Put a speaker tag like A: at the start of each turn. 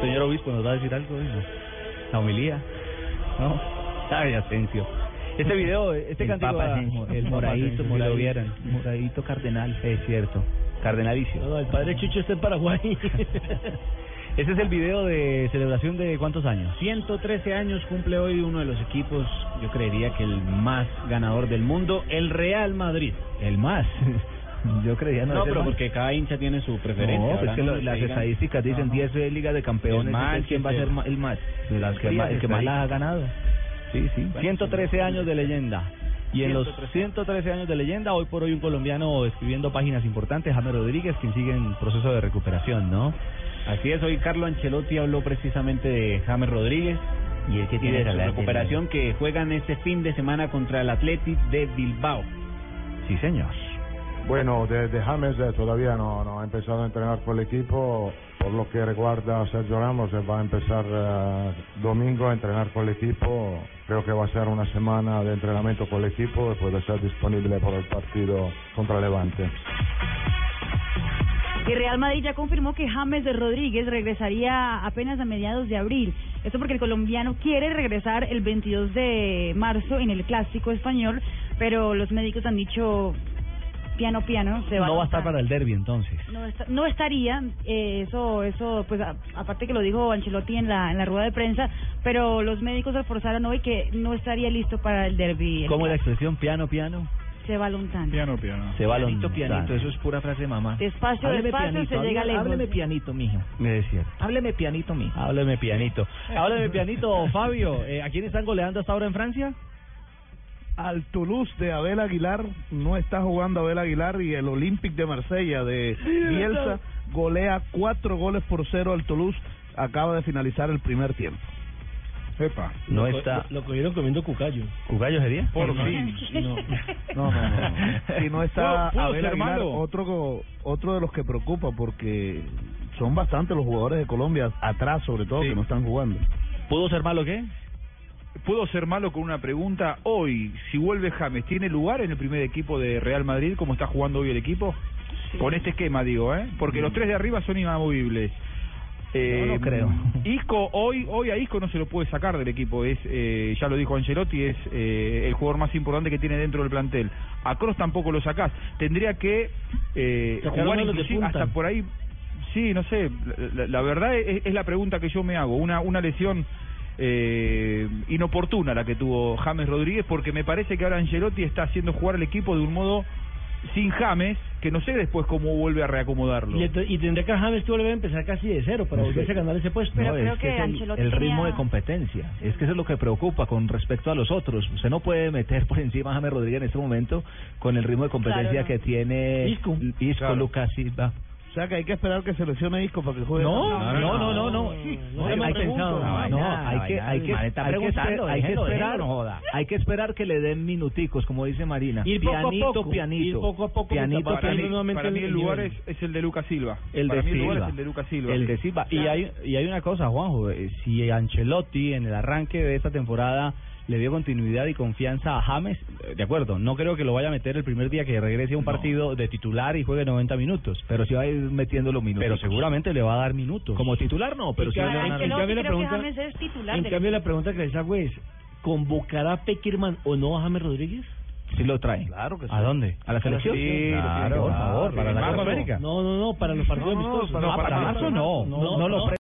A: Señor obispo, ¿nos va a decir algo? Dice? La homilía. ¿No? Ay, Asensio. Este video, este
B: El
A: cántico...
B: Papa
A: a-
B: Asensio, el
A: Papa
B: moradito,
A: Asensio, si lo
B: moradito,
A: vieran.
B: moradito cardenal.
A: Es cierto. Cardenalicio.
C: No, el padre Chicho está en Paraguay.
A: Ese es el video de celebración de cuántos años.
B: 113 años cumple hoy uno de los equipos, yo creería que el más ganador del mundo, el Real Madrid.
A: El más. Yo creía
B: No, pero porque cada hincha tiene su preferencia.
A: No,
B: ahora
A: es que
B: no
A: lo-
B: se
A: las
B: digan-
A: estadísticas dicen
B: Ajá.
A: 10 ligas de campeones.
B: El más,
A: entonces, ¿Quién va a ser
B: siempre.
A: ma- el más?
B: Las
A: El que más- el que más las ha ganado. Sí, sí.
B: Bueno,
A: 113 años de leyenda. Y en los
B: 113.
A: 113 años de leyenda, hoy por hoy un colombiano escribiendo páginas importantes, James Rodríguez, quien sigue en proceso de recuperación, ¿no?
B: Así es, hoy Carlo Ancelotti habló precisamente de James Rodríguez
A: Y el que
B: y de su recuperación que juegan este fin de semana contra el Athletic de Bilbao.
A: Sí, señor.
D: Bueno, de, de James eh, todavía no, no ha empezado a entrenar por el equipo. Por lo que recuerda Sergio Ramos, eh, va a empezar eh, domingo a entrenar por el equipo. Creo que va a ser una semana de entrenamiento por el equipo y puede ser disponible para el partido contra Levante.
E: Y Real Madrid ya confirmó que James Rodríguez regresaría apenas a mediados de abril. Esto porque el colombiano quiere regresar el 22 de marzo en el clásico español, pero los médicos han dicho piano piano se va.
A: No va a estar
E: lanzar.
A: para el derby entonces.
E: No, esta- no estaría, eh, eso, eso, pues a- aparte que lo dijo Ancelotti en la, en la rueda de prensa, pero los médicos reforzaron hoy que no estaría listo para el derby.
A: ¿Cómo la expresión? Piano, piano.
E: Se va lontano.
F: Piano, piano.
A: Se va a
B: Pianito,
A: Lonzano.
B: pianito, eso es pura frase de mamá.
E: Despacio,
B: Hábleme
E: despacio,
B: pianito,
E: se llega
B: hábleme-
E: lejos.
B: Hábleme pianito, mijo.
A: Me decía.
B: Hábleme pianito, mijo.
A: Hábleme pianito. Hábleme pianito, Fabio. eh, ¿A quién están goleando hasta ahora en Francia?
F: Al Toulouse de Abel Aguilar, no está jugando Abel Aguilar y el Olympique de Marsella de Bielsa golea cuatro goles por cero al Toulouse. Acaba de finalizar el primer tiempo. Epa.
A: No
C: Lo co-
A: está.
C: Lo, lo cogieron comiendo cucayo.
A: ¿Cucayo sería?
F: Por fin.
C: No.
F: No, no, no. Si no está
A: Pudo- pudo
F: Abel
A: ser
F: Aguilar,
A: malo.
F: otro, go- otro de los que preocupa porque son bastantes los jugadores de Colombia, atrás sobre todo, que no están jugando.
A: ¿Pudo ser malo qué?
G: ¿Puedo ser malo con una pregunta? Hoy, si vuelve James, ¿tiene lugar en el primer equipo de Real Madrid como está jugando hoy el equipo? Con este esquema, digo, ¿eh? Porque los tres de arriba son inamovibles. Eh,
A: No lo creo.
G: Isco, hoy, hoy a Isco no se lo puede sacar del equipo. Es, eh, ya lo dijo Ancelotti, es eh, el jugador más importante que tiene dentro del plantel. A Cross tampoco lo sacás. Tendría que eh,
C: Sacar
G: jugar
C: uno de los de
G: inclusive
C: punta.
G: hasta por ahí. Sí, no sé. La, la- la verdad es, es la pregunta que yo me hago. Una, una lesión eh, inoportuna la que tuvo James Rodríguez, porque me parece que ahora Angelotti está haciendo jugar al equipo de un modo sin James, que no sé después cómo vuelve a reacomodarlo.
C: Y, ento- y tendría que James tú volver a empezar casi de cero para volverse a ganar ese puesto.
E: Pero creo
B: es
E: que
B: que es el,
E: Ancelotti
B: el ritmo
E: tenía-
B: de competencia. Es que eso es lo que preocupa con respecto a los otros. Usted no puede meter por encima a James Rodríguez en este momento con el ritmo de competencia
E: Claro, no.
B: que tiene
C: Isco.
B: Isco,
G: Claro.
B: Lucas Silva.
F: O sea que hay que esperar que seleccione Isco para que juegue.
A: No, no, no, no, no.
C: No
A: Hay-
C: me
A: hay
C: pregunto.
A: pensado.
C: No,
A: No,
B: vaya,
A: hay que,
B: vaya,
A: hay que,
B: el man está
A: hay que
B: preguntando,
A: esper- hay que
B: déjelo,
A: esperar,
B: déjelo, no joda. Hay que esperar que le den minuticos, como dice Marina.
C: Ir poco a
B: pianito,
C: poco,
B: pianito.
C: ir poco a poco,
B: pianito,
C: mientras
G: para mí,
B: pianito.
C: nuevamente
G: para mí
C: el
G: el lugar
C: nivel.
G: es, es el de Lucas Silva.
A: El
G: para
A: de
G: mí el lugar
A: Silva.
G: es el de Lucas Silva.
A: El de Silva. Y hay, y hay una cosa, Juanjo. eh, Si Ancelotti en el arranque de esta temporada le dio continuidad y confianza a James, eh, de acuerdo, no creo que lo vaya a meter el primer día que regrese a un partido de titular y juegue 90 minutos.
B: Pero si va a ir metiendo los minutos.
A: Pero seguramente le va a dar minutos.
B: Como titular no, pero
C: Y
B: sí
C: que
B: le van a dar
C: Ancelotti-
B: minutos.
C: cambio, la
E: creo que
C: pregunta-
E: James es titular
C: En
E: del
C: cambio, la pregunta que les hago es: ¿convocará Peckerman o no a James Rodríguez?
B: Sí lo trae.
F: Claro que sí.
A: ¿A dónde?
B: ¿A la selección?
G: Sí, lo tiene
B: claro,
G: que
B: por
G: llevar.
B: favor, para la
G: Marzo,
B: Copa América.
C: No, no, no, para los partidos
F: No, no,
C: amistosos.
F: para-
A: No, para marzo no. No, no lo pre-